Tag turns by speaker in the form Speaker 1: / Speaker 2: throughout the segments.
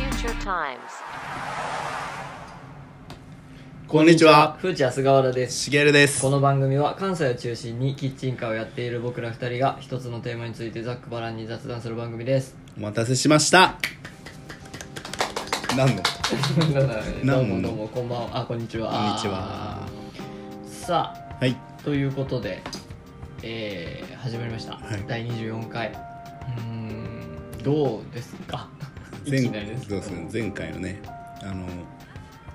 Speaker 1: times.
Speaker 2: こんにちは、
Speaker 3: ふーちゃすがわらです。
Speaker 2: しげるです
Speaker 3: こ。の番組は関西を中心にキッチンカーをやっている僕ら二人が一つのテーマについてざっくばらんに雑談する番組です。
Speaker 2: お待たせしました。何の
Speaker 3: ど う
Speaker 2: なん
Speaker 3: もどうも、こんばんは。あ、こんにちは。
Speaker 2: こんにちは。
Speaker 3: さあ、
Speaker 2: はい。
Speaker 3: ということで、えー、始まりました。
Speaker 2: はい
Speaker 3: 第24回。うーん、どうですかい
Speaker 2: 前
Speaker 3: きなりです
Speaker 2: そうですね前回のね、あの、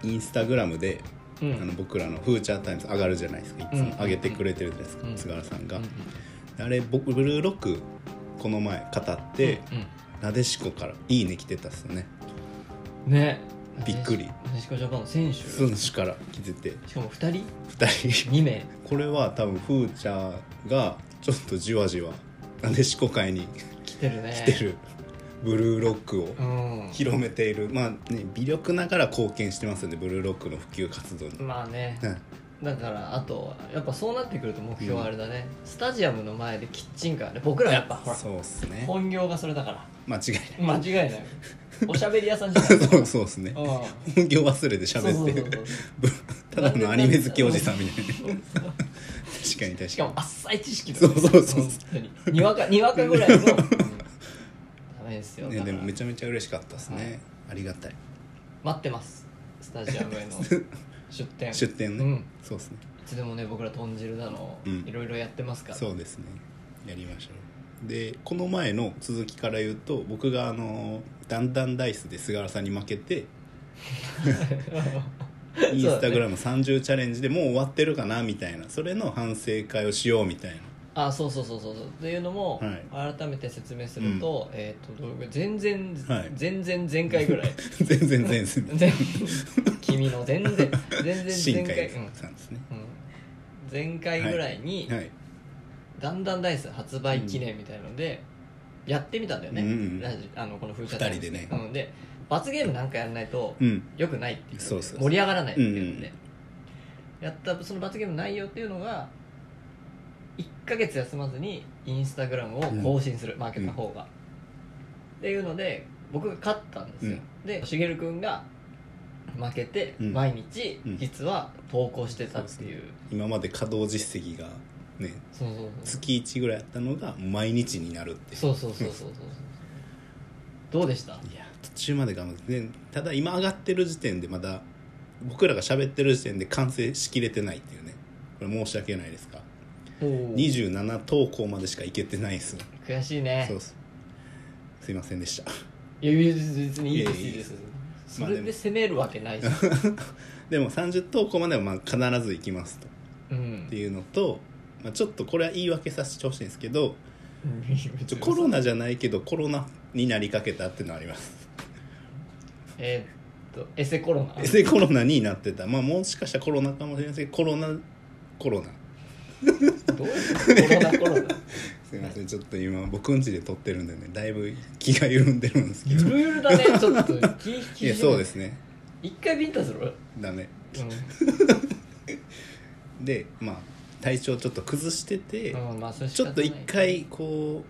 Speaker 2: インスタグラムで、
Speaker 3: う
Speaker 2: あの
Speaker 3: ん。
Speaker 2: 僕らのフーチャータイムズ上がるじゃないですか。いつ
Speaker 3: うん
Speaker 2: も上げてくれてるじゃないですか、
Speaker 3: うん
Speaker 2: 菅原さん
Speaker 3: う
Speaker 2: が
Speaker 3: ん。
Speaker 2: あれ、僕、ブルーロック、この前語って、なでしこからいいね来てたっすよね。
Speaker 3: うんね。
Speaker 2: びっくり
Speaker 3: なでしこジャパンの選手。
Speaker 2: 選手から来てて、
Speaker 3: しかも二人
Speaker 2: 二人。
Speaker 3: 二名。
Speaker 2: これは多分、フーチャーが、ちょっとじわじわ、なでしこ界に
Speaker 3: 来てるね。
Speaker 2: 来てる、ブルーロックを。
Speaker 3: うん。
Speaker 2: 広めているまあね微力ながら貢献してますよねブルーロックの普及活動に、
Speaker 3: まあね。
Speaker 2: はい
Speaker 3: だからあとやっぱそうなってくると目標はあれだね、スタジアムの前でキッチンカーで僕らはやっぱほら
Speaker 2: そうっすね
Speaker 3: 本業がそれだから
Speaker 2: 間違い
Speaker 3: 間違 いないおしゃべり屋さんじゃない
Speaker 2: ない そうそうっすね
Speaker 3: うん
Speaker 2: 本業忘れて喋ってる
Speaker 3: そうそうそう
Speaker 2: ただのアニメ好きおじさんみたいな 確かに確
Speaker 3: し
Speaker 2: か
Speaker 3: か
Speaker 2: に
Speaker 3: も浅い知識だ
Speaker 2: そうそうそう
Speaker 3: 本当ににわかにわかぐらい の、うんダメですよ、
Speaker 2: ね、
Speaker 3: だか
Speaker 2: で
Speaker 3: ら
Speaker 2: もめちゃめちゃ嬉しかったですね、
Speaker 3: はい
Speaker 2: ありがたい
Speaker 3: 待ってますスタジア ムへの出店
Speaker 2: 出店ね、
Speaker 3: うん
Speaker 2: そうですね
Speaker 3: いつでもね僕ら豚汁だの、
Speaker 2: うん
Speaker 3: いろいろやってます から
Speaker 2: そうですねやりましょうでこの前の続きから言うと僕があのだんだんダイスで菅原さんに負けてインスタグラム30チャレンジでもう終わってるかなみたいなそれの反省会をしようみたいな
Speaker 3: あそうそうそうそうそうっていうのも、改めて説明すると,、えー、とどう全然、
Speaker 2: はい
Speaker 3: 全然前回ぐらい
Speaker 2: 全然全然
Speaker 3: 全君の全然全
Speaker 2: 新
Speaker 3: 然前
Speaker 2: 海
Speaker 3: 回、
Speaker 2: さんですね、
Speaker 3: うんうん前回ぐらいに、
Speaker 2: はい
Speaker 3: だんだんダイス発売記念みたいので、やってみたんだよね、
Speaker 2: うんうん
Speaker 3: ラジあのこの風車
Speaker 2: 二人でね
Speaker 3: うん、で罰ゲームなんかやらないと、
Speaker 2: うん
Speaker 3: よくないっていう
Speaker 2: そうそうそう
Speaker 3: 盛り上がらないっていうので、やったその罰ゲームの内容っていうのが1ヶ月休まずにインスタグラムを更新する、マーケットの方が、っていうので僕が勝ったんですよ、でしげるくんが負けて
Speaker 2: うん
Speaker 3: 毎日
Speaker 2: うん
Speaker 3: 実は投稿してたっていう、
Speaker 2: 今まで稼働実績がね
Speaker 3: そうそうそう
Speaker 2: 月1ぐらいあったのが毎日になるっていう
Speaker 3: そうそうそうそうそうそうどうでした
Speaker 2: いや途中まで頑張ってでただ今上がってる時点でまだ僕らが喋ってる時点で完成しきれてないっていうねこれ申し訳ないですか
Speaker 3: 20
Speaker 2: 27投稿までしかいけてないですよ
Speaker 3: 悔しいね
Speaker 2: そうっすすいませんでした
Speaker 3: いや別にいいです
Speaker 2: い
Speaker 3: い
Speaker 2: やい
Speaker 3: い
Speaker 2: い
Speaker 3: ですそ
Speaker 2: まあでも
Speaker 3: れで攻めるわけ ないし、
Speaker 2: でも30投稿まではまあ必ずいきますと
Speaker 3: う
Speaker 2: って
Speaker 3: ん
Speaker 2: いうのと、まあ、ちょっとこれは言い訳させてほしいんですけどちょ コ
Speaker 3: ロ
Speaker 2: ロナじゃないけどコロナになりかけたっていうのはあります
Speaker 3: えーっとエセコロナ
Speaker 2: でコロナになってたまあもしかしたらコロナかもしれないですけどコロナコロナ
Speaker 3: どういうコロナコロ ナ
Speaker 2: すいませんちょっと今僕ん家で撮ってるんでねだいぶ気が緩んでるんですけ
Speaker 3: ゆ
Speaker 2: ど
Speaker 3: るゆる だねちょっと気引
Speaker 2: いやそうですね
Speaker 3: 一回ビンタする、うん、
Speaker 2: ダメでまあ体調ちょっと崩してて、
Speaker 3: うんまあそれ
Speaker 2: ちょっと一
Speaker 3: 仕方ない
Speaker 2: 回こ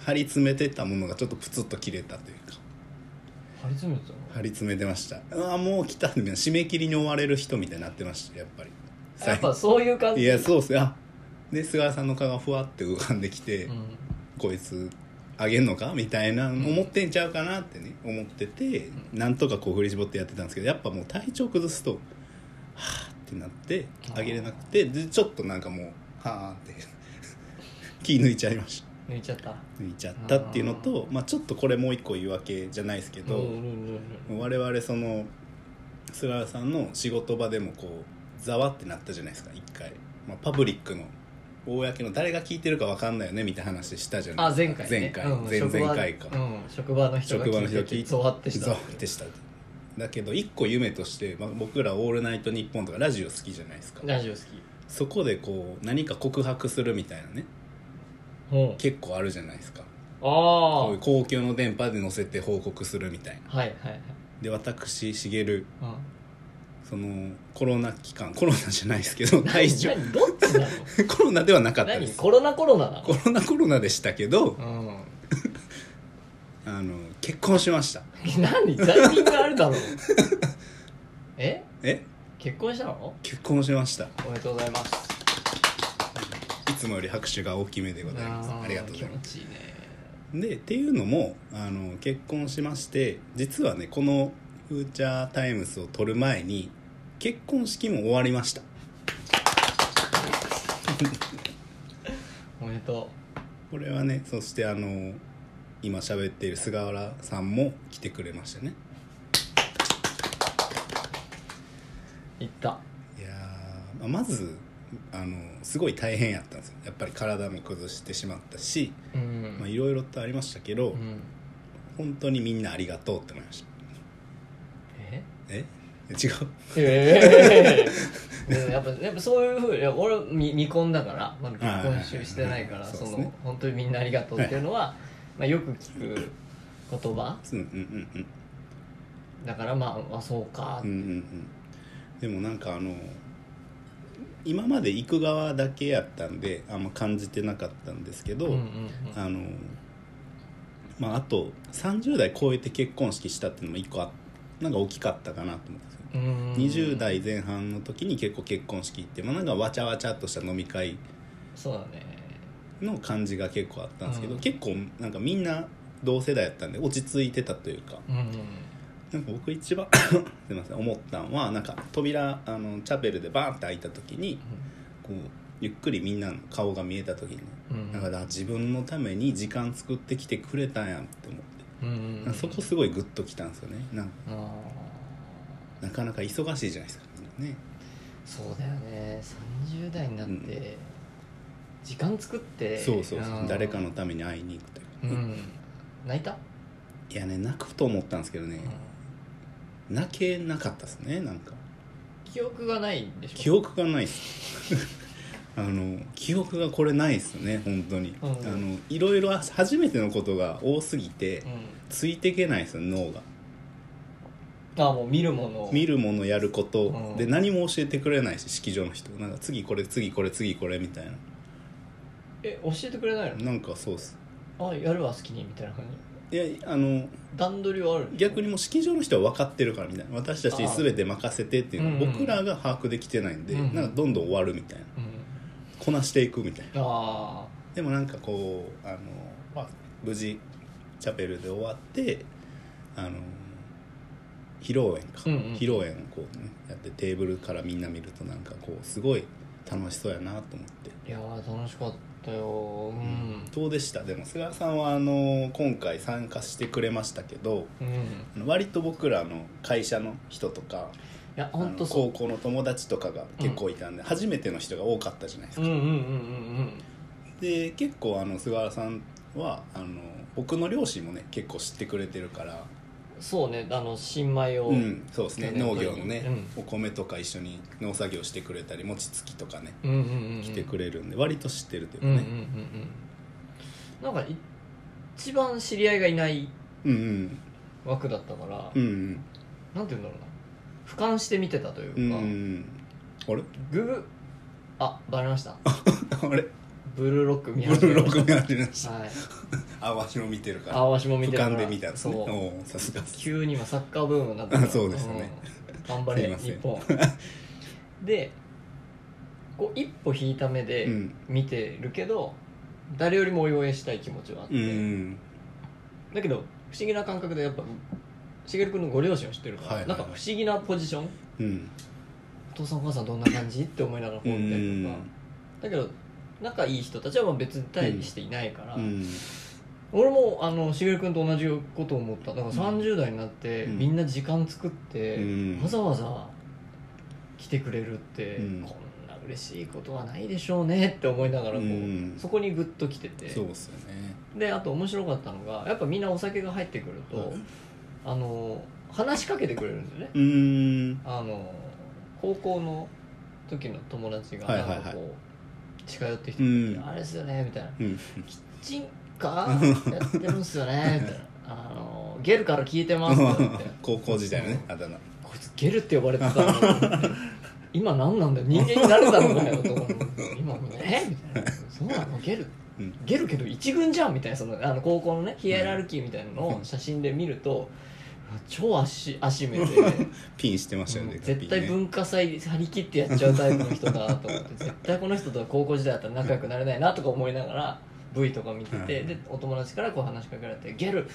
Speaker 2: う張り詰めてたものがちょっとプツッと切れたというか
Speaker 3: 張り詰めてたの
Speaker 2: 張り詰めてましたうわもう来たみたいな締め切りに追われる人みたいになってましたやっぱり
Speaker 3: やっぱそういう感
Speaker 2: い
Speaker 3: じ
Speaker 2: やそうっすよあで菅原さんの顔がふわって浮かんできて、
Speaker 3: うん
Speaker 2: こいつあげんのかみたいな思ってんちゃうかなってね思ってて、なんとかこう振り絞ってやってたんですけどやっぱもう体調崩すとはあってなってあげれなくてでちょっとなんかもうはあって 気抜いちゃいました
Speaker 3: 抜いちゃった
Speaker 2: 抜いちゃったっていうのとまあ、ちょっとこれもう一個言い訳じゃないですけど、
Speaker 3: うんうんうん
Speaker 2: 我々その菅原さんの仕事場でもこうざわってなったじゃないですか一回、まあ、パブリックの公の誰が聞いてるか分かんないよねみたいな話したじゃない
Speaker 3: あ前回、ね、
Speaker 2: 前回、
Speaker 3: うん
Speaker 2: 前々回か、
Speaker 3: 職場,、うん、職場の人が
Speaker 2: 職場の人
Speaker 3: 聞
Speaker 2: が
Speaker 3: いて
Speaker 2: 聞いて
Speaker 3: てゾワってした
Speaker 2: ざわってしただけど一個夢として、まあ、僕ら「オールナイトニッポン」とかラジオ好きじゃないですか
Speaker 3: ラジオ好き
Speaker 2: そこでこう何か告白するみたいなね
Speaker 3: ほう
Speaker 2: 結構あるじゃないですか
Speaker 3: ああ
Speaker 2: こういう公共の電波で載せて報告するみたいな
Speaker 3: はいはいはい、
Speaker 2: で私茂
Speaker 3: うん
Speaker 2: そのコロナ期間コロナじゃないですけど体調
Speaker 3: 何どっち なの
Speaker 2: コロナではなかったで
Speaker 3: 何
Speaker 2: す
Speaker 3: コロナコロナな
Speaker 2: コロナコロナでしたけど
Speaker 3: のうん
Speaker 2: あの結婚しました
Speaker 3: 何タイミングあるだろう え
Speaker 2: え
Speaker 3: 結婚したの
Speaker 2: 結婚しました
Speaker 3: おめでとうございます
Speaker 2: いつもより拍手が大きめでございますありがとうございます
Speaker 3: 気持ちいいね
Speaker 2: でっていうのもあの結婚しまして実はねこの「フーチャータイムス」を撮る前に結婚式も終わりました
Speaker 3: おめでと
Speaker 2: これはねそしてあの今喋っている菅原さんも来てくれましたね
Speaker 3: ういった
Speaker 2: いやーまあまずあのすごい大変やったんですよやっぱり体も崩してしまったし
Speaker 3: うん、
Speaker 2: まあいろいろとありましたけど、
Speaker 3: うん、
Speaker 2: 本当にみんなありがとうって思いました
Speaker 3: え
Speaker 2: え違う
Speaker 3: ええでもやっぱやっぱそういうふうにいや俺み未婚だからまだ結婚してないから
Speaker 2: はいはいはいはい
Speaker 3: そ
Speaker 2: そうです
Speaker 3: の
Speaker 2: ね
Speaker 3: 本当にみんなありがとうっていうのは、まあ、よく聞く言葉
Speaker 2: うんうんうん
Speaker 3: だからまああそうか、
Speaker 2: うんうんうんうんでもなんかあの今まで行く側だけやったんであんま感じてなかったんですけど、
Speaker 3: うんうんうん
Speaker 2: あのまああと30代超えて結婚式したっていうのも一個あなんか大きかったかなと思ったんですよ
Speaker 3: うん
Speaker 2: 20代前半の時に結構結婚式行って、まあ、なんかわちゃわちゃっとした飲み会
Speaker 3: そうだね
Speaker 2: の感じが結構あったんですけど、
Speaker 3: うん
Speaker 2: 結構なんかみんな同世代やったんで落ち着いてたというか
Speaker 3: うんうん
Speaker 2: なんか僕一番 すいません思ったんはなんか扉あのチャペルでバーンって開いた時にこうゆっくりみんなの顔が見えた時に、
Speaker 3: うん
Speaker 2: だから自分のために時間作ってきてくれたんやんって思って、
Speaker 3: うん
Speaker 2: なん
Speaker 3: うん
Speaker 2: かそこすごいグッときたんですよねなんか
Speaker 3: あー
Speaker 2: なかなか忙しいじゃないですかね
Speaker 3: そうだよね30代になって、
Speaker 2: う
Speaker 3: 時間作って
Speaker 2: そうそう
Speaker 3: あ
Speaker 2: そう
Speaker 3: ー
Speaker 2: 誰かのために会いに行くという
Speaker 3: う
Speaker 2: か、
Speaker 3: ん泣いた、
Speaker 2: いやね泣くと思ったんですけどね
Speaker 3: う、ん
Speaker 2: 泣けなかったですねなんか
Speaker 3: 記憶がないんでしょ
Speaker 2: 記憶がないっす あの記憶がこれないっすね本当に、
Speaker 3: うん
Speaker 2: あのいろいろ初めてのことが多すぎて、
Speaker 3: う
Speaker 2: ついていけないっすよ脳が
Speaker 3: ん、あもう見るものを
Speaker 2: 見るものやること、
Speaker 3: うん
Speaker 2: で何も教えてくれないし式場の人なんか次これ次これ次これみたいな
Speaker 3: え教えてくれない
Speaker 2: なんかそうっす
Speaker 3: のあやるわ好きにみたいな感じ
Speaker 2: いやあの
Speaker 3: 段取りはある
Speaker 2: 逆にもう式場の人は分かってるからみたいな私たちに全て任せてっていうのは
Speaker 3: ああ
Speaker 2: 僕らが把握できてないんで、
Speaker 3: うん
Speaker 2: なんかどんどん終わるみたいな
Speaker 3: うん
Speaker 2: こなしていくみたいな
Speaker 3: あ
Speaker 2: でもなんかこうあの、まあ、無事チャペルで終わってあの披露宴か、
Speaker 3: うんうん
Speaker 2: 披露宴をこう、ね、やってテーブルからみんな見るとなんかこうすごい楽しそうやなと思って、
Speaker 3: あいやー楽しかったようん、
Speaker 2: どうでしたでも菅原さんはあの今回参加してくれましたけど
Speaker 3: うんい
Speaker 2: あの割と僕らの会社の人とか
Speaker 3: や本当
Speaker 2: あの
Speaker 3: そ
Speaker 2: 高校の友達とかが結構いたんで、初めての人が多かったじゃないです
Speaker 3: う
Speaker 2: か
Speaker 3: うんうんうんうん
Speaker 2: で結構あの菅原さんはあの僕の両親もね結構知ってくれてるから、
Speaker 3: うんそうねあの新米を、
Speaker 2: うん、そうですね
Speaker 3: 去年
Speaker 2: 農
Speaker 3: の
Speaker 2: 業のね、お米とか一緒に農作業してくれたり餅つきとかね
Speaker 3: うんうんうんうん
Speaker 2: 来てく
Speaker 3: れ
Speaker 2: れるんで、割と知ってるというか
Speaker 3: うんうんうん
Speaker 2: ね、
Speaker 3: うんなんかい一番知り合いがいない
Speaker 2: うん、うん
Speaker 3: 枠だったから、
Speaker 2: うんうん
Speaker 3: なんて言うんだろうな俯瞰して見てたというか、
Speaker 2: うんうんあれ
Speaker 3: ググあバレました
Speaker 2: あれ
Speaker 3: ブルーロック 見
Speaker 2: ブルーロ
Speaker 3: ま
Speaker 2: ッ
Speaker 3: し
Speaker 2: クになってました
Speaker 3: たはい
Speaker 2: あわしも見てるから
Speaker 3: あわしも見
Speaker 2: 俯
Speaker 3: てるか
Speaker 2: 瞰
Speaker 3: ら
Speaker 2: で見たんですね
Speaker 3: そう
Speaker 2: おーさすが
Speaker 3: 急に今サッカーブームになってるか ら
Speaker 2: そうですよね、
Speaker 3: うん頑張
Speaker 2: すい
Speaker 3: れ
Speaker 2: ませ
Speaker 3: 日
Speaker 2: ん
Speaker 3: 本でこう一歩引いた目
Speaker 2: う
Speaker 3: で
Speaker 2: ん
Speaker 3: 見てるけど、誰よりも応援したい気持ちはあって、
Speaker 2: うんうん
Speaker 3: だけど不思議な感覚でやっぱしげる君のご両親を知ってるから、
Speaker 2: はいはいはい
Speaker 3: なんか不思議なポジション
Speaker 2: うん
Speaker 3: お父さんお母さんどんな感じって思いながら
Speaker 2: う
Speaker 3: こう見たりとか
Speaker 2: ん
Speaker 3: だけど仲いい人たちはまあ別に対していないから、
Speaker 2: うん
Speaker 3: 俺もあの茂君と同じことを思っただから30代になって、
Speaker 2: うん
Speaker 3: みんな時間作って、
Speaker 2: うん
Speaker 3: わざわざ来てくれるって、
Speaker 2: うん
Speaker 3: こんな嬉しいことはないでしょうねって思いながらこう、
Speaker 2: うん
Speaker 3: そこにグッと来てて
Speaker 2: そうっすよね
Speaker 3: であと面白かったのがやっぱみんなお酒が入ってくると、
Speaker 2: うん
Speaker 3: あの話しかけてくれるんですよね、
Speaker 2: うん
Speaker 3: あの高校の時の友達が
Speaker 2: はい
Speaker 3: な
Speaker 2: はいはい
Speaker 3: んかこう、近寄ってきてくれて、
Speaker 2: うん
Speaker 3: あれですよね」みたいな
Speaker 2: うん
Speaker 3: チンカ ーやってるんすよねみたいな「あのゲルから聞いてます」って
Speaker 2: 高校時代のねあだ名
Speaker 3: こいつゲルって呼ばれてたのに今何なんだよ人間になれたのかよと思う今もうねみたいなそうなのゲル
Speaker 2: うん
Speaker 3: ゲルけど一軍じゃんみたいなそのあの高校のねヒエラルキーみたいなのを写真で見ると、超足足目で、
Speaker 2: ピンしてましたよね
Speaker 3: 絶対
Speaker 2: ピンね
Speaker 3: 文化祭張り切ってやっちゃうタイプの人だなと 思って絶対この人とは高校時代だったら仲良くなれないなとか思いながら V とか見てて、
Speaker 2: うん
Speaker 3: でお友達からこう話しかけられて「ゲル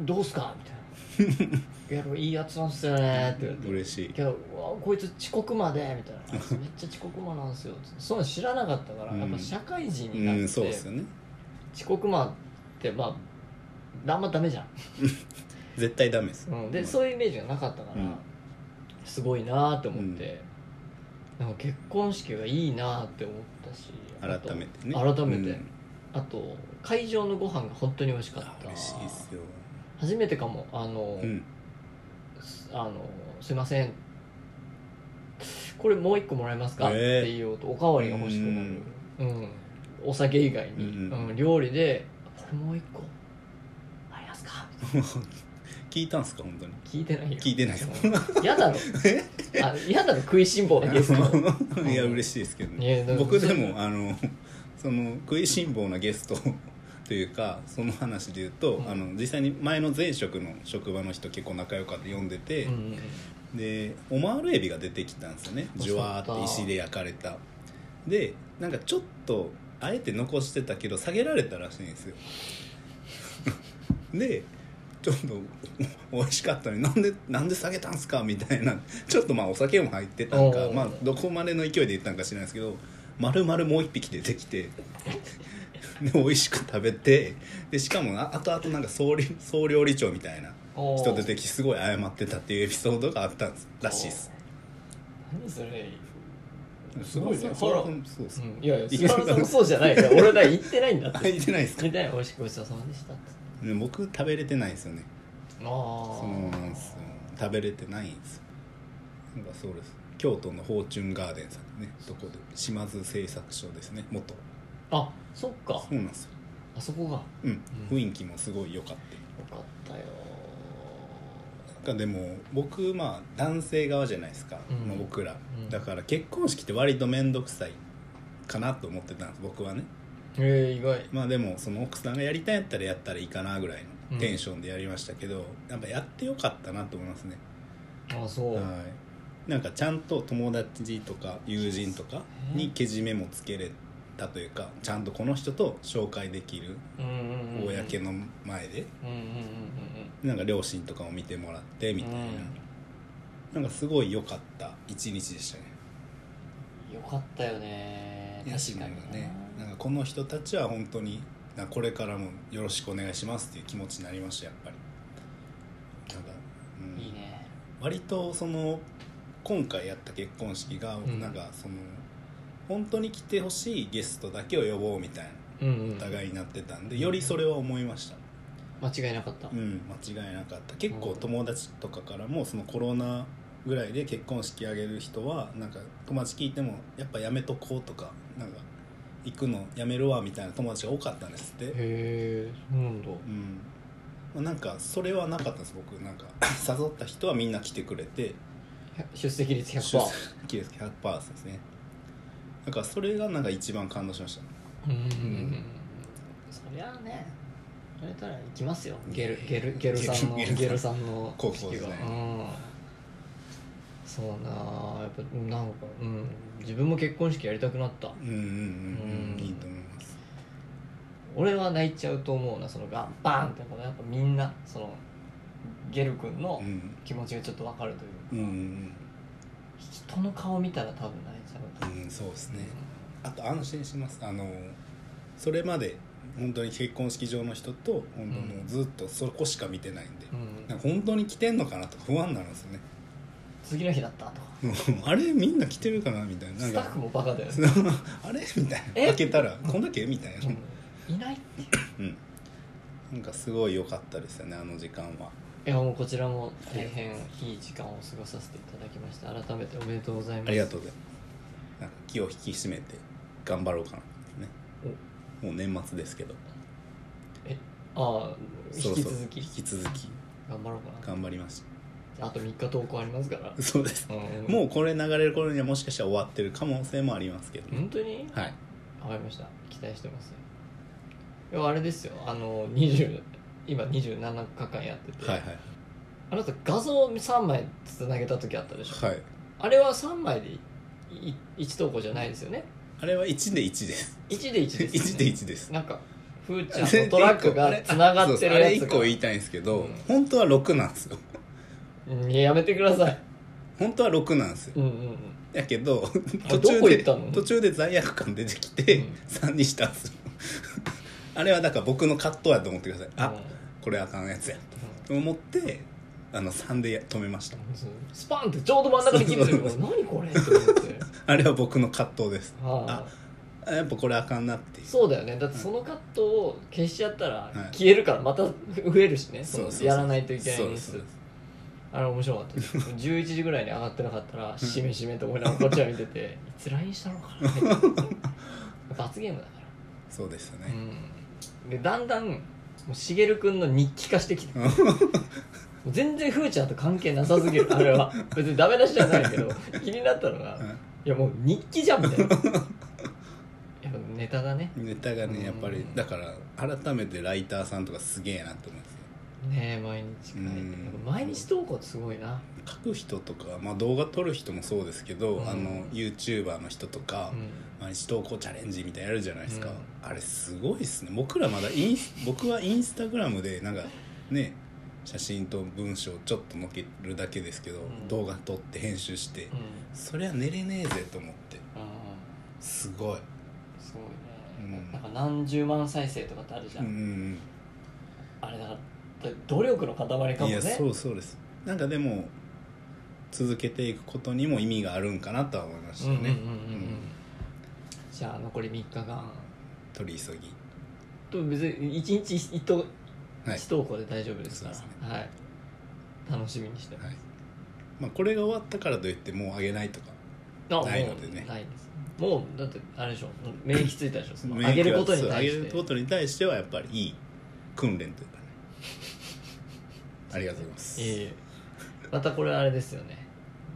Speaker 3: どうすか?」みたいな「ゲルいいやつなんすよね」って言われて
Speaker 2: 嬉しい
Speaker 3: けどうわこいつ遅刻までみたいなあいつ めっちゃ遅刻魔なんですよつってそんなの知らなかったから、
Speaker 2: うん
Speaker 3: やっぱ社会人になって、
Speaker 2: うんそうですよね
Speaker 3: 遅刻魔ってまああんまダメじゃん、
Speaker 2: 絶対ダメです、
Speaker 3: うん、で、
Speaker 2: まあ
Speaker 3: そういうイメージがなかったから、
Speaker 2: うん
Speaker 3: すごいなーって思って、なんか結婚式がいいなーって思ったしあと
Speaker 2: 改めてね
Speaker 3: 改めて、
Speaker 2: うん
Speaker 3: あと会場のご飯が本当に美味しかっ
Speaker 2: あ
Speaker 3: た
Speaker 2: 嬉しいですよ、
Speaker 3: 初めてかもあの、
Speaker 2: うん、
Speaker 3: すあのすいませんこれもう一個もらえますか、
Speaker 2: えー
Speaker 3: っていうとおかわりが欲しくなる、うん、お酒以外に、
Speaker 2: うん
Speaker 3: うん料理でこれもう一個ありますかみたいな
Speaker 2: 聞いたんすか本当に
Speaker 3: 聞いてないよ
Speaker 2: 聞いてないです
Speaker 3: うん嫌だろあ嫌だろ食いしん坊なゲスト
Speaker 2: いや嬉しいですけどね
Speaker 3: いやだから
Speaker 2: 僕でもあのその食いしん坊なゲスト というかその話で言うと、
Speaker 3: うん
Speaker 2: あの実際に前の前職の職場の人結構仲良かって呼んでて、
Speaker 3: うんうんうん
Speaker 2: でオマールエビが出てきたんですよね
Speaker 3: あ
Speaker 2: ジュワーって
Speaker 3: そうだ
Speaker 2: 石で焼かれたでなんかちょっとあえて残してたけど下げられたらしいんですよでちょっとお美味しかったのになんでなんで下げたんすかみたいなちょっとまあお酒も入ってたんか
Speaker 3: おー
Speaker 2: まあどこまでの勢いで言ったんか知らないですけど丸々もう一匹出てきてで美味しく食べてでしかもああとあとなんか総理総料理長みたいな
Speaker 3: おー
Speaker 2: 人出てきてすごい謝ってたっていうエピソードがあったんですらしいです
Speaker 3: 何それ
Speaker 2: すごいね
Speaker 3: ね
Speaker 2: それは
Speaker 3: ほら
Speaker 2: そうです
Speaker 3: うんいやいや菅原さんもそうじゃないよ俺ら言ってないんだっ
Speaker 2: あ
Speaker 3: て
Speaker 2: 言ってないですか
Speaker 3: みたいな美味しくごちそうさまでしたって
Speaker 2: ね僕食べれてないんですよね
Speaker 3: あ
Speaker 2: そうなんですよ食べれてないんですよなんかそうです京都のフォーチュンガーデンさんねどこで島津製作所ですね元
Speaker 3: あそっか
Speaker 2: そうなんですよ
Speaker 3: あそこがよ
Speaker 2: うん
Speaker 3: う
Speaker 2: 雰囲気もすごい良かった
Speaker 3: かったよ
Speaker 2: なんかでも僕まあ男性側じゃないですか、
Speaker 3: うん
Speaker 2: まあ僕ら、
Speaker 3: うん
Speaker 2: だから結婚式って割と面倒くさいかなと思ってたんです僕はね
Speaker 3: へえ意外
Speaker 2: まあでもその奥さんがやりたいんやったらやったらいいかなぐらい
Speaker 3: うん
Speaker 2: のテンションでやりましたけど、やっぱやってよかったなと思いますね、
Speaker 3: あそう、
Speaker 2: はい、なんかちゃんと友達とか友人とかにけじめもつけれたというかちゃんとこの人と紹介できる
Speaker 3: うんうんうん
Speaker 2: 公の前で、
Speaker 3: うんうんうんうん
Speaker 2: なんか両親とかも見てもらってみたいな、なんかすごい良かった一日でしたね
Speaker 3: うんよかったよね
Speaker 2: ヤシ
Speaker 3: 確
Speaker 2: モ
Speaker 3: か
Speaker 2: ン
Speaker 3: に
Speaker 2: がねなんかこの人たちは本当になこれからもよろしくお願いしますっていう気持ちになりましたやっぱりなんか、うん、
Speaker 3: いいね
Speaker 2: 割とその今回やった結婚式が、
Speaker 3: ん
Speaker 2: なんかその本当に来てほしいゲストだけを呼ぼうみたいな
Speaker 3: うん、う
Speaker 2: お
Speaker 3: ん、
Speaker 2: 互いになってたんでよりそれは思いました
Speaker 3: 間違いなかった、
Speaker 2: うん間違いなかった結構友達とかからもそのコロナぐらいで結婚式あげる人はなんか友達聞いてもやっぱやめとこうとかなんか行くのやめるわみたいな友達が多かったんですって
Speaker 3: へえそうなんだ
Speaker 2: うんまあなんかそれはなかったです僕なんか誘った人はみんな来てくれて
Speaker 3: 出席率
Speaker 2: 出
Speaker 3: 100%
Speaker 2: 席率100%ですねだからそれがなんか一番感動しました
Speaker 3: うんうんうんうんそりゃあね言われたら行きますよゲルゲルゲルさんの
Speaker 2: ゲル
Speaker 3: ゲルさんの
Speaker 2: 高校ですね
Speaker 3: うんそうなあやっぱなんかうん自分も結婚式やりたくなった
Speaker 2: うんうんうんうん
Speaker 3: うん
Speaker 2: いいと思います
Speaker 3: 俺は泣いちゃうと思うなそのガンバーンってこのやっぱみんなそのゲル君の
Speaker 2: うん
Speaker 3: 気持ちがちょっとわかるという
Speaker 2: うんうん
Speaker 3: 人の顔見たら多分泣いちゃうと
Speaker 2: う
Speaker 3: 思うん
Speaker 2: うんそうですねあと安心しますあのそれまで本当に結婚式場の人と本当もうずっとそこしか見てないんで、
Speaker 3: うん
Speaker 2: なんか本当に来てんのかなとか不安になるんですよね
Speaker 3: 次の日だったとか
Speaker 2: あれみんな来てるかなみたいななん
Speaker 3: スタ
Speaker 2: か
Speaker 3: ッフもバカだよね
Speaker 2: あれみたいな
Speaker 3: え
Speaker 2: 開けたらこんだけみたいな、
Speaker 3: うんいないっていう
Speaker 2: うん、なんかすごい良かったですよねあの時間はい
Speaker 3: やもうこちらも大変いい時間を過ごさせていただきました改めておめでとうございます
Speaker 2: ありがとうございますなんか気を引き締めて頑張ろうかなねもう年末ですけど
Speaker 3: ああ
Speaker 2: そ
Speaker 3: 引
Speaker 2: ろ
Speaker 3: き
Speaker 2: そろ
Speaker 3: 続き
Speaker 2: 引き続き
Speaker 3: 頑張ろうか
Speaker 2: 頑張りまし
Speaker 3: なあと3日投稿ありますから
Speaker 2: たそうです
Speaker 3: うん
Speaker 2: もうこれ流れる頃にはもしかしたら終わってる可能性もありますけどね
Speaker 3: 本当に
Speaker 2: はい
Speaker 3: わかりました期待してますいやあれですよあの20今27日間やってて、
Speaker 2: はいはい
Speaker 3: あなた画像3枚つなげた時あったでしょ
Speaker 2: はい
Speaker 3: あれは3枚で1投稿じゃないですよね
Speaker 2: あれは1で1です
Speaker 3: 1で1です、
Speaker 2: 1で1です
Speaker 3: なんかふーちゃんのトラックがつながってるやつ
Speaker 2: そうそうあれ1個言いたいんですけど、
Speaker 3: うん
Speaker 2: 本当は6なんですよ
Speaker 3: うんいややめてください
Speaker 2: 本当は6なんですよ
Speaker 3: うんうんうん
Speaker 2: やけど
Speaker 3: あ
Speaker 2: 途中
Speaker 3: どこ行
Speaker 2: で
Speaker 3: ったの
Speaker 2: 途中で罪悪感出てきて、
Speaker 3: うん
Speaker 2: 3にしたんですよあれはだから僕の葛藤やと思ってください、
Speaker 3: うん
Speaker 2: あこれあかんやつやと思ってあの3で止めました
Speaker 3: うんスパンってちょうど真ん中に切れてるから何これって思 って
Speaker 2: あれは僕の葛藤です
Speaker 3: は
Speaker 2: ああやっぱこれあかんなってい
Speaker 3: いうそうだよねだってそのカットを消しちゃったら
Speaker 2: い
Speaker 3: 消えるからまた増えるしね
Speaker 2: そうそう
Speaker 3: そ
Speaker 2: そう
Speaker 3: のやらないといけない日
Speaker 2: そう
Speaker 3: 数
Speaker 2: です
Speaker 3: あれ面白かったで す11時ぐらいに上がってなかったら「しめしめ」と思いながらこっちは見てて「いつ LINE したのかな」罰ゲームだか
Speaker 2: そうでした
Speaker 3: ら、
Speaker 2: ね、
Speaker 3: うん、でだんだんもうしげるくんの日記化して きてもう全然ふーちゃんと関係なさすぎるあれは別にダメ出しじゃないけど気になったのが
Speaker 2: はい
Speaker 3: いやもう日記じゃんみ たいなやっぱネタだね
Speaker 2: ネタがねやっぱ
Speaker 3: う
Speaker 2: り
Speaker 3: ん
Speaker 2: だから改めてライターさんとかすげえなって思うんですよ
Speaker 3: ねえ毎日書いて
Speaker 2: うん
Speaker 3: やっぱ毎日投稿ってすごいな
Speaker 2: 書く人とか、まあ、動画撮る人もそうですけど、
Speaker 3: うん
Speaker 2: あの YouTuber の人とか、毎日投稿チャレンジみたいなやるじゃないですか、
Speaker 3: う
Speaker 2: あれすごいですね僕らまだイン ス僕はインスタグラムでなんかね写真と文章ちょっと載っけるだけですけど、
Speaker 3: ん
Speaker 2: 動画撮って編集して、
Speaker 3: うん、うん、
Speaker 2: そりゃ寝れねえぜと思って
Speaker 3: あ
Speaker 2: すごい
Speaker 3: あすごいね、
Speaker 2: うん
Speaker 3: なんか何十万再生とかってあるじゃ、
Speaker 2: うんん
Speaker 3: あれだから努力の塊かもね
Speaker 2: いやそうそうですなんかでも続けていくことにも意味があるんかなとは思いまし
Speaker 3: う
Speaker 2: た
Speaker 3: んうんうんうん、う
Speaker 2: ね、
Speaker 3: ん、じゃあ残り3日間
Speaker 2: 取り急ぎ
Speaker 3: と別に1日1投
Speaker 2: はい
Speaker 3: 一投稿で大丈夫ですから、
Speaker 2: そうで
Speaker 3: はい、楽しみにしてます、
Speaker 2: はいまあ、これが終わったからといってもうあげないとか
Speaker 3: あ
Speaker 2: ない
Speaker 3: もう
Speaker 2: のでね
Speaker 3: ないですもうだってあれでしょ免疫ついたでしょその
Speaker 2: 免疫
Speaker 3: あ
Speaker 2: は
Speaker 3: げることに
Speaker 2: そ
Speaker 3: 対
Speaker 2: うあ
Speaker 3: し
Speaker 2: げ
Speaker 3: て
Speaker 2: ることに対してはやっぱりいい訓練と いうかねありがとうございます
Speaker 3: いえいえまたこれあれですよね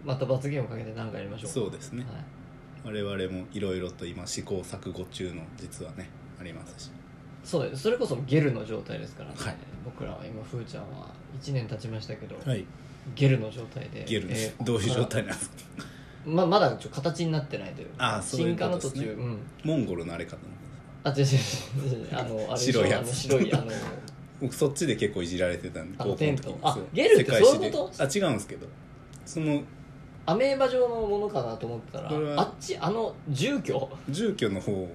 Speaker 3: また罰ゲームかけて何かやりましょう
Speaker 2: そうですね
Speaker 3: はい、
Speaker 2: 我々もいろいろと今試行錯誤中の実はねありますし
Speaker 3: そうですそれこそゲルの状態ですから、ね
Speaker 2: はい
Speaker 3: 僕らは今ふーちゃんは1年経ちましたけど、
Speaker 2: はい
Speaker 3: ゲルの状態で
Speaker 2: ゲルです、
Speaker 3: えー
Speaker 2: どういう状態なんですか
Speaker 3: ままだちょっと形になってないというか
Speaker 2: ああそういうことですね
Speaker 3: 進化の途中、うん、
Speaker 2: モンゴルのあれかと
Speaker 3: あ違う違う違う違うあ のあれでしょ
Speaker 2: 白いやつ
Speaker 3: あの白いあの
Speaker 2: 僕そっちで結構いじられてたんで
Speaker 3: あのテントあ
Speaker 2: そう
Speaker 3: ゲルってそういうこ
Speaker 2: 世
Speaker 3: と
Speaker 2: 界史であ違うんですけどその
Speaker 3: アメーバ状のものかなと思ったら
Speaker 2: これは
Speaker 3: あっちあの住居
Speaker 2: 住居の方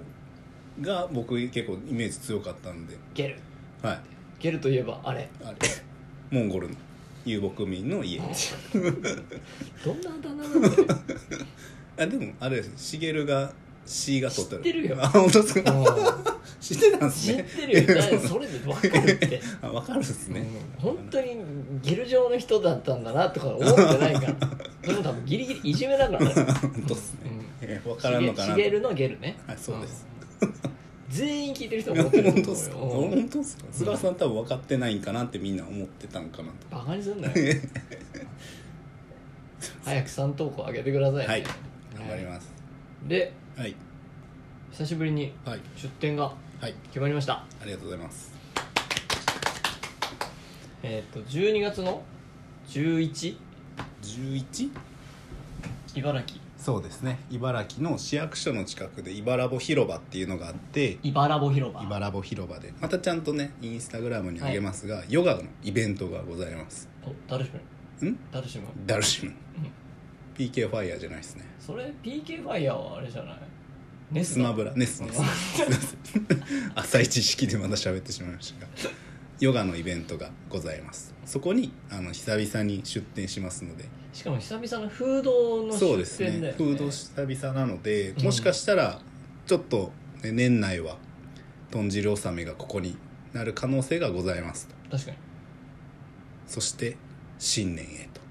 Speaker 2: が僕結構イメージ強かったんで
Speaker 3: ゲル
Speaker 2: はい
Speaker 3: ゲルといえばあ れ
Speaker 2: あれモンゴルの遊牧民の家
Speaker 3: どんなあだ名なん だよ
Speaker 2: あでもあれしげるが C が取ってる
Speaker 3: 知ってるよ
Speaker 2: あ本当ですか
Speaker 3: うん
Speaker 2: 知ってたんです
Speaker 3: 知っ
Speaker 2: ね
Speaker 3: てるよだからそれで分かるって
Speaker 2: あ分かるんですね、
Speaker 3: うん本当にゲル状の人だったんだなとか思ってない からでも多分ギリギリいじめだからね
Speaker 2: 本当ですね、
Speaker 3: うん
Speaker 2: え分からんのかな
Speaker 3: しげるのゲルね
Speaker 2: はいそうです、
Speaker 3: うん全員聞いてる人
Speaker 2: い
Speaker 3: も
Speaker 2: や
Speaker 3: 思ってる
Speaker 2: 本当
Speaker 3: と
Speaker 2: ですか
Speaker 3: 思うよ
Speaker 2: 本当ですか菅原さん多分分かってないんかなってみんな思ってたんかなと
Speaker 3: バカにすんなよ早く3投稿上げてくださいね
Speaker 2: はい頑張ります
Speaker 3: で
Speaker 2: はい
Speaker 3: 久しぶりに
Speaker 2: はい
Speaker 3: 出店が
Speaker 2: はい
Speaker 3: 決まりました
Speaker 2: ありがとうございます
Speaker 3: えっ、と12月の11
Speaker 2: 11?
Speaker 3: 茨城
Speaker 2: そうですね茨城の市役所の近くで茨ぼ広場っていうのがあって
Speaker 3: 茨ぼ広場
Speaker 2: 茨ぼ広場でまたちゃんとねインスタグラムにあげますが、ヨガのイベントがございます
Speaker 3: おダルシム
Speaker 2: ん
Speaker 3: ダルシム
Speaker 2: ダルシム PK ファイヤーじゃないですね
Speaker 3: それ PK ファイヤーはあれじゃないネス
Speaker 2: スマブラネスネス 浅い知識でまだ喋ってしまいましたがヨガのイベントがございますそこにあの久々に出店しますので
Speaker 3: しかも久々のフードの
Speaker 2: そう
Speaker 3: 出
Speaker 2: です
Speaker 3: 店だ
Speaker 2: ね
Speaker 3: よね
Speaker 2: フード久々なので、
Speaker 3: うん
Speaker 2: もしかしたらちょっと、ね、年内は豚汁納めがここになる可能性がございますと
Speaker 3: 確かに
Speaker 2: そして新年へと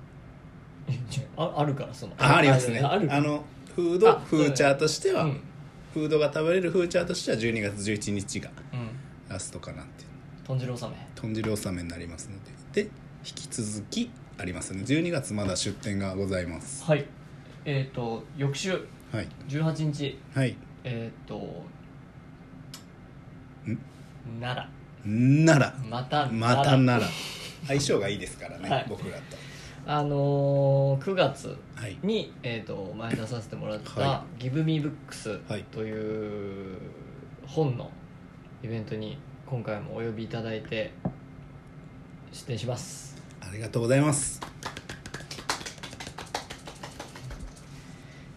Speaker 3: え違うああるからその
Speaker 2: あありますね
Speaker 3: あ
Speaker 2: あ
Speaker 3: る
Speaker 2: のフード
Speaker 3: あそう
Speaker 2: フ
Speaker 3: だね
Speaker 2: ーチャーとしては、
Speaker 3: うん、
Speaker 2: フードが食べれるフーチャーとしては12月11日が
Speaker 3: うん、
Speaker 2: ラストかなっていう
Speaker 3: 豚汁納め
Speaker 2: 豚汁納めになりますのでで引き続きありますね12月まだ出店がございます
Speaker 3: はいえっ、と翌週
Speaker 2: はい
Speaker 3: 18日
Speaker 2: はい
Speaker 3: えっ、と
Speaker 2: ん
Speaker 3: 奈
Speaker 2: なら
Speaker 3: 良また
Speaker 2: またなら相性がいいですからね、
Speaker 3: はい
Speaker 2: 僕らと
Speaker 3: あのー、9月
Speaker 2: はい
Speaker 3: に、えー、と前出させてもらった
Speaker 2: は
Speaker 3: 「Give Me Books
Speaker 2: はい」
Speaker 3: という本のイベントに今回もお呼びいただいて出展します
Speaker 2: ありがとうございます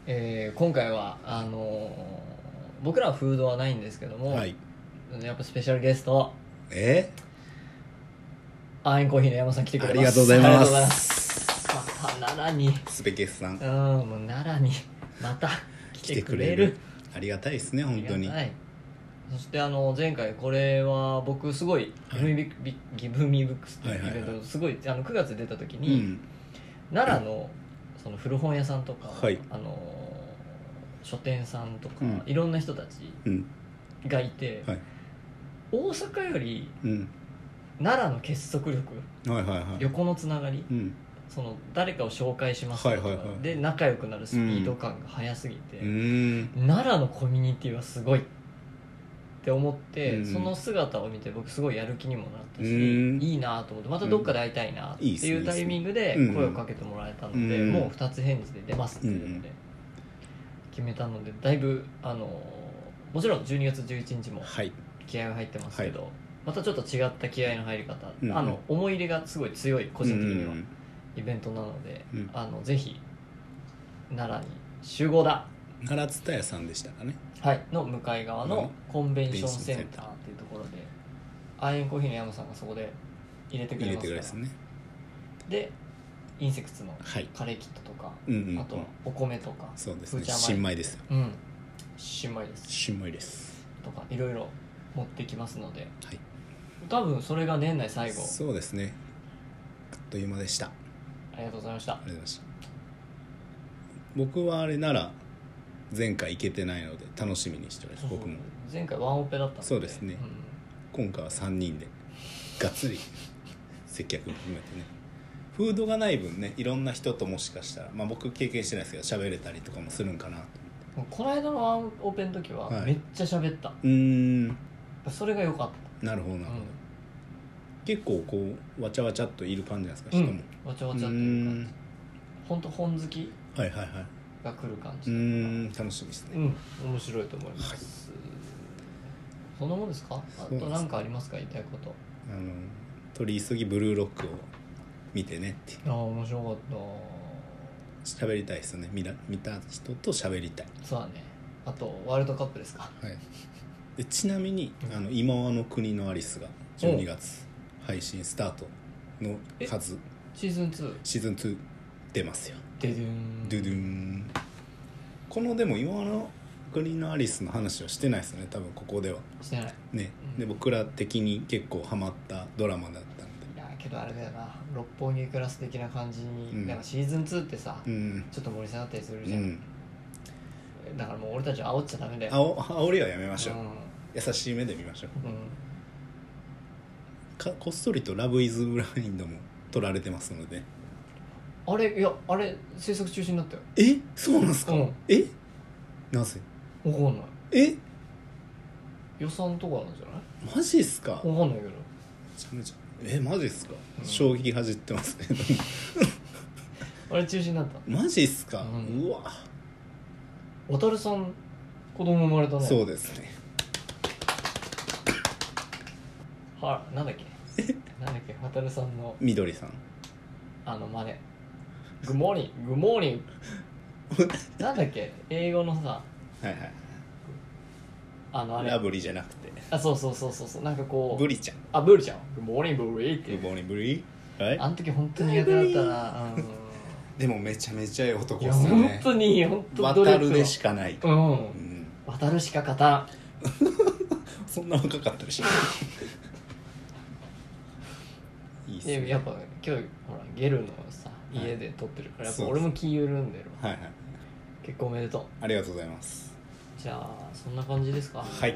Speaker 3: えー今回はあのー僕らはフードはないんですけども、
Speaker 2: はい
Speaker 3: やっぱスペシャルゲスト
Speaker 2: え
Speaker 3: アーエンコーヒーの山さん来てく
Speaker 2: あ
Speaker 3: れ
Speaker 2: り
Speaker 3: ま
Speaker 2: がと
Speaker 3: す
Speaker 2: うござい
Speaker 3: あり
Speaker 2: ま
Speaker 3: がとうございます
Speaker 2: す
Speaker 3: また奈良に
Speaker 2: すべけすさん
Speaker 3: うんもう奈良にまた
Speaker 2: 来
Speaker 3: 来
Speaker 2: て
Speaker 3: て
Speaker 2: く
Speaker 3: く
Speaker 2: れ
Speaker 3: れ
Speaker 2: る
Speaker 3: る
Speaker 2: ありがたいですね本当に
Speaker 3: はいそしてあの前回これは僕すごい「
Speaker 2: は
Speaker 3: ギ
Speaker 2: い
Speaker 3: ブミビビギブミブックス」っていう
Speaker 2: はい
Speaker 3: イ
Speaker 2: はい
Speaker 3: ベ
Speaker 2: はい
Speaker 3: ントすごいあの9月出た時
Speaker 2: う
Speaker 3: に、
Speaker 2: ん
Speaker 3: 奈良のその古本屋さんとか、
Speaker 2: はい
Speaker 3: あの書店さんとか、
Speaker 2: うん
Speaker 3: いろんな人たち
Speaker 2: うん
Speaker 3: がいて、
Speaker 2: はい
Speaker 3: 大阪より
Speaker 2: うん
Speaker 3: 奈良の結束力
Speaker 2: はいはいはい
Speaker 3: 横のつながり
Speaker 2: うん
Speaker 3: その誰かを紹介しますとか、
Speaker 2: はいはいはい
Speaker 3: で仲良くなるスピード感が速すぎて、
Speaker 2: うーん
Speaker 3: 奈良のコミュニティはすごいって思って、
Speaker 2: うん
Speaker 3: その姿を見て僕すごいやる気にもなったし、
Speaker 2: うん
Speaker 3: いいなと思ってまたどっかで会いたいなって
Speaker 2: いいっすね
Speaker 3: いうタイミングで
Speaker 2: いいっすねうん
Speaker 3: 声をかけてもらえたので、
Speaker 2: うん
Speaker 3: もう2つ返事で出ますって言って、
Speaker 2: うん
Speaker 3: 決めたのでだいぶあのもちろん12月11日も
Speaker 2: はい
Speaker 3: 気合が入ってますけど、またちょっと違った気合の入り方、
Speaker 2: うん
Speaker 3: あの思い入れがすごい強い個人的には
Speaker 2: うん
Speaker 3: イベントなので、
Speaker 2: うん
Speaker 3: あのぜひ奈良に集合だ
Speaker 2: 奈良蔦屋さんでしたかね
Speaker 3: はい、の向かい側のコンベンションセンターっていうところでアーエンコーヒーの山さんがそこで入れてく
Speaker 2: 入
Speaker 3: れ
Speaker 2: れ
Speaker 3: ま
Speaker 2: てく
Speaker 3: す
Speaker 2: れ
Speaker 3: か
Speaker 2: で
Speaker 3: ら
Speaker 2: すね
Speaker 3: でインセクツの
Speaker 2: はい
Speaker 3: カレーキットとか、
Speaker 2: うんうん
Speaker 3: あとはお米とか
Speaker 2: そうですね
Speaker 3: フーチャー
Speaker 2: 新米ですよ
Speaker 3: うん新米です
Speaker 2: 新米です
Speaker 3: とかいろいろ持ってきますので
Speaker 2: はい
Speaker 3: 多分それが年内最後
Speaker 2: そうですねあっという間でしたあ
Speaker 3: ありがとうございました
Speaker 2: りがとうございました僕はあれなら前回行けてないので楽しみにしております僕も
Speaker 3: 前回ワンオペだったので
Speaker 2: そうですね
Speaker 3: ん
Speaker 2: 今回は3人でがっつり接客も含めてねフードがない分ねいろんな人ともしかしたら、まあ、僕経験してないですけど喋れたりとかもするんかなと
Speaker 3: もうこの間のワンオペの時は
Speaker 2: はい
Speaker 3: めっちゃ喋った、
Speaker 2: うーん
Speaker 3: それが良かっ
Speaker 2: なるほどな
Speaker 3: た、
Speaker 2: るほど、
Speaker 3: う
Speaker 2: 結構こうわちゃわちゃっといる感じなんですか
Speaker 3: ん
Speaker 2: 人も、
Speaker 3: わちゃわ
Speaker 2: う
Speaker 3: ちゃ
Speaker 2: ー
Speaker 3: っていうか
Speaker 2: ん
Speaker 3: 本当本好き
Speaker 2: はいはいはい
Speaker 3: が来る感
Speaker 2: う
Speaker 3: じ
Speaker 2: ーん楽しみです
Speaker 3: う
Speaker 2: ね
Speaker 3: ん面白いと思います、そんなもんですかあ
Speaker 2: そうです
Speaker 3: と何かありますか言いたいこと
Speaker 2: あの取り急ぎブルーロックを見てねって
Speaker 3: ああ面白かっ
Speaker 2: 喋りたいですね見ら見た人と喋りたい、
Speaker 3: たそうだねあとワールドカップですか
Speaker 2: はい、でちなみに「あの今はの国のアリス」が12月配信スタートの数
Speaker 3: シーズン2
Speaker 2: シーズン2出ますよ
Speaker 3: デデュン
Speaker 2: ドゥドゥンこのでも「今はの国のアリス」の話はしてないですよね多分ここでは
Speaker 3: してない
Speaker 2: ね
Speaker 3: うん
Speaker 2: で僕ら的に結構ハマったドラマだったんで
Speaker 3: いやーけどあれだよな六本木クラス的な感じに、
Speaker 2: うん
Speaker 3: なんかシーズン2ってさ、
Speaker 2: うん
Speaker 3: ちょっと盛り下がったりする
Speaker 2: う
Speaker 3: じゃん、
Speaker 2: ん
Speaker 3: だからもう俺たちは煽っちゃダメだよ
Speaker 2: あお煽りはやめましょ
Speaker 3: う
Speaker 2: うん優しい目で見ましょう
Speaker 3: うん
Speaker 2: かこっそりと「ラブイズブラインドも撮られてますので
Speaker 3: あれいやあれ制作中止になったよ
Speaker 2: えそうなんですか、
Speaker 3: うん
Speaker 2: えなぜ
Speaker 3: わかんない
Speaker 2: え
Speaker 3: 予算とかなんじゃない
Speaker 2: マジっすかめ
Speaker 3: わかんないけど
Speaker 2: ちゃめちゃえマジっすか、
Speaker 3: うん
Speaker 2: 衝撃恥じってます けど
Speaker 3: あれ中止になった
Speaker 2: マジっすか、
Speaker 3: う
Speaker 2: うんわ
Speaker 3: 渡るさん子供生まれたね
Speaker 2: そうですね
Speaker 3: はなんだっけなんだっけ渡るさんの
Speaker 2: みどりさん
Speaker 3: あの真似グモーニングモ ーニンなんだっけ英語のさ
Speaker 2: はいはい
Speaker 3: あのあれ
Speaker 2: ラブリじゃなくて
Speaker 3: あそうそうそうそうそうなんかこう
Speaker 2: ブリちゃん
Speaker 3: あブリちゃんグモーニンブリってい
Speaker 2: ブ
Speaker 3: う
Speaker 2: ボニブリはい
Speaker 3: あの時本当に苦手だったなうん
Speaker 2: でもめちゃめちゃいい男
Speaker 3: い
Speaker 2: で
Speaker 3: や
Speaker 2: すよ
Speaker 3: 本
Speaker 2: ね
Speaker 3: 当に本当努力
Speaker 2: 渡
Speaker 3: の
Speaker 2: るでしかない、
Speaker 3: う
Speaker 2: うんん、
Speaker 3: 渡るしか勝たん
Speaker 2: そんな若かったでしょいいっす
Speaker 3: いや
Speaker 2: ね
Speaker 3: やっぱ今日ほらゲルのさ家で撮ってるからやっぱ俺も気緩んでるわ
Speaker 2: はいはい
Speaker 3: 結構おめでとう
Speaker 2: ありがとうございます
Speaker 3: じゃあそんな感じですか
Speaker 2: はい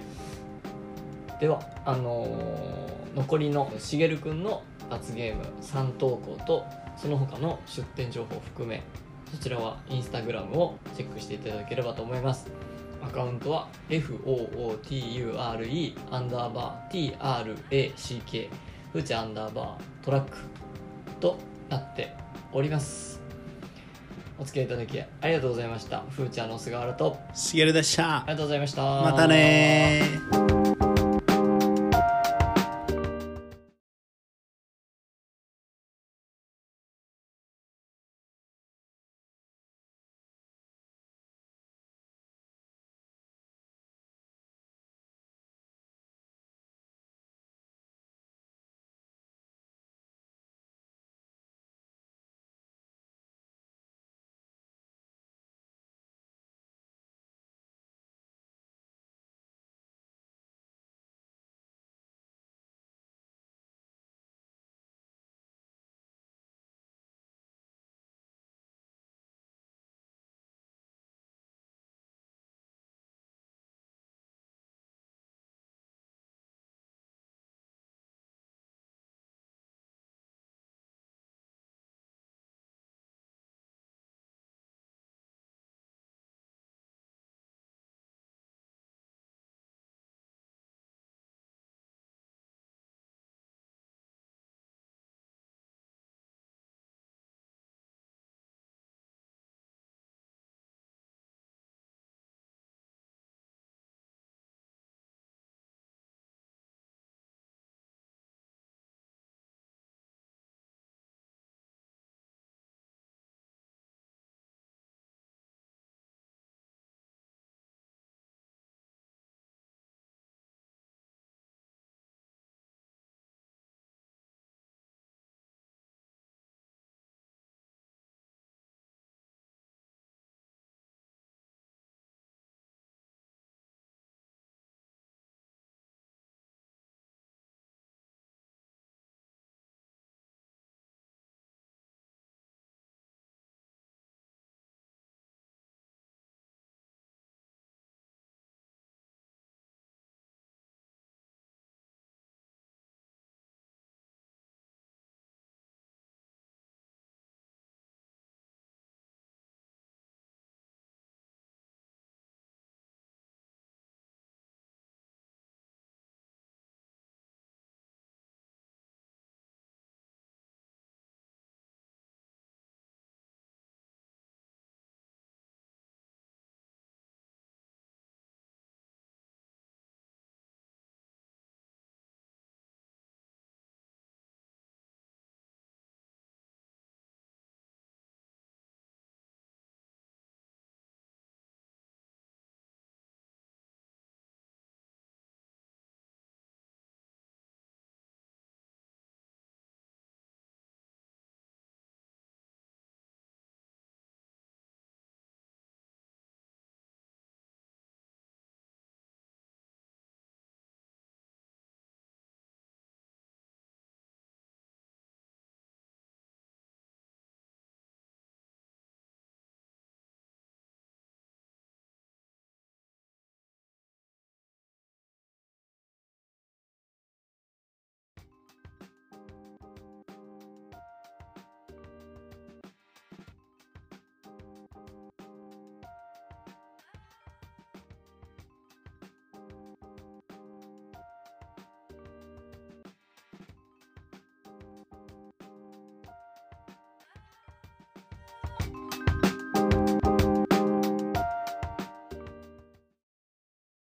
Speaker 3: ではあのー残りのしげるくんの罰ゲーム3投稿とその他の出店情報を含めそちらはインスタグラムをチェックしていただければと思いますアカウントは FOOTURE アンダーバー TRACK フーチャーアンダーバートラックとなっておりますお付き合いいただきありがとうございましたフーチャーの菅原と
Speaker 2: しげるでし
Speaker 3: あ
Speaker 2: た
Speaker 3: りがとうございました
Speaker 2: またねー